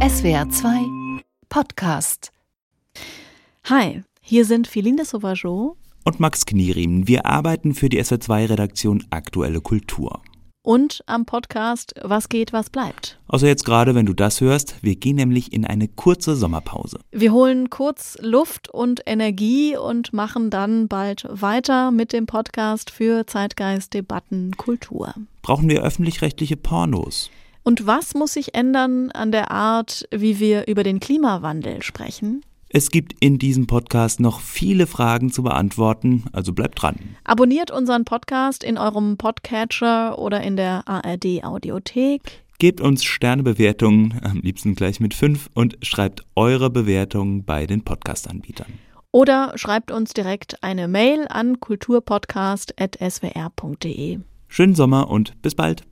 SWR 2 Podcast. Hi, hier sind Philine Sauvageot und Max Knierim. Wir arbeiten für die SWR2-Redaktion Aktuelle Kultur. und am Podcast Was geht, was bleibt. Außer jetzt gerade, wenn du das hörst, wir gehen nämlich in eine kurze Sommerpause. Wir holen kurz Luft und Energie und machen dann bald weiter mit dem Podcast für Zeitgeist, Debatten, Kultur. Brauchen wir öffentlich-rechtliche Pornos? Und was muss sich ändern an der Art, wie wir über den Klimawandel sprechen? Es gibt in diesem Podcast noch viele Fragen zu beantworten, also bleib dran. Abonniert unseren Podcast in eurem Podcatcher oder in der ARD Audiothek. Gebt uns Sternebewertungen, am liebsten gleich mit fünf, und schreibt eure Bewertungen bei den Podcast-Anbietern. Oder schreibt uns direkt eine Mail an kulturpodcast.swr.de. E. Schönen Sommer und bis bald.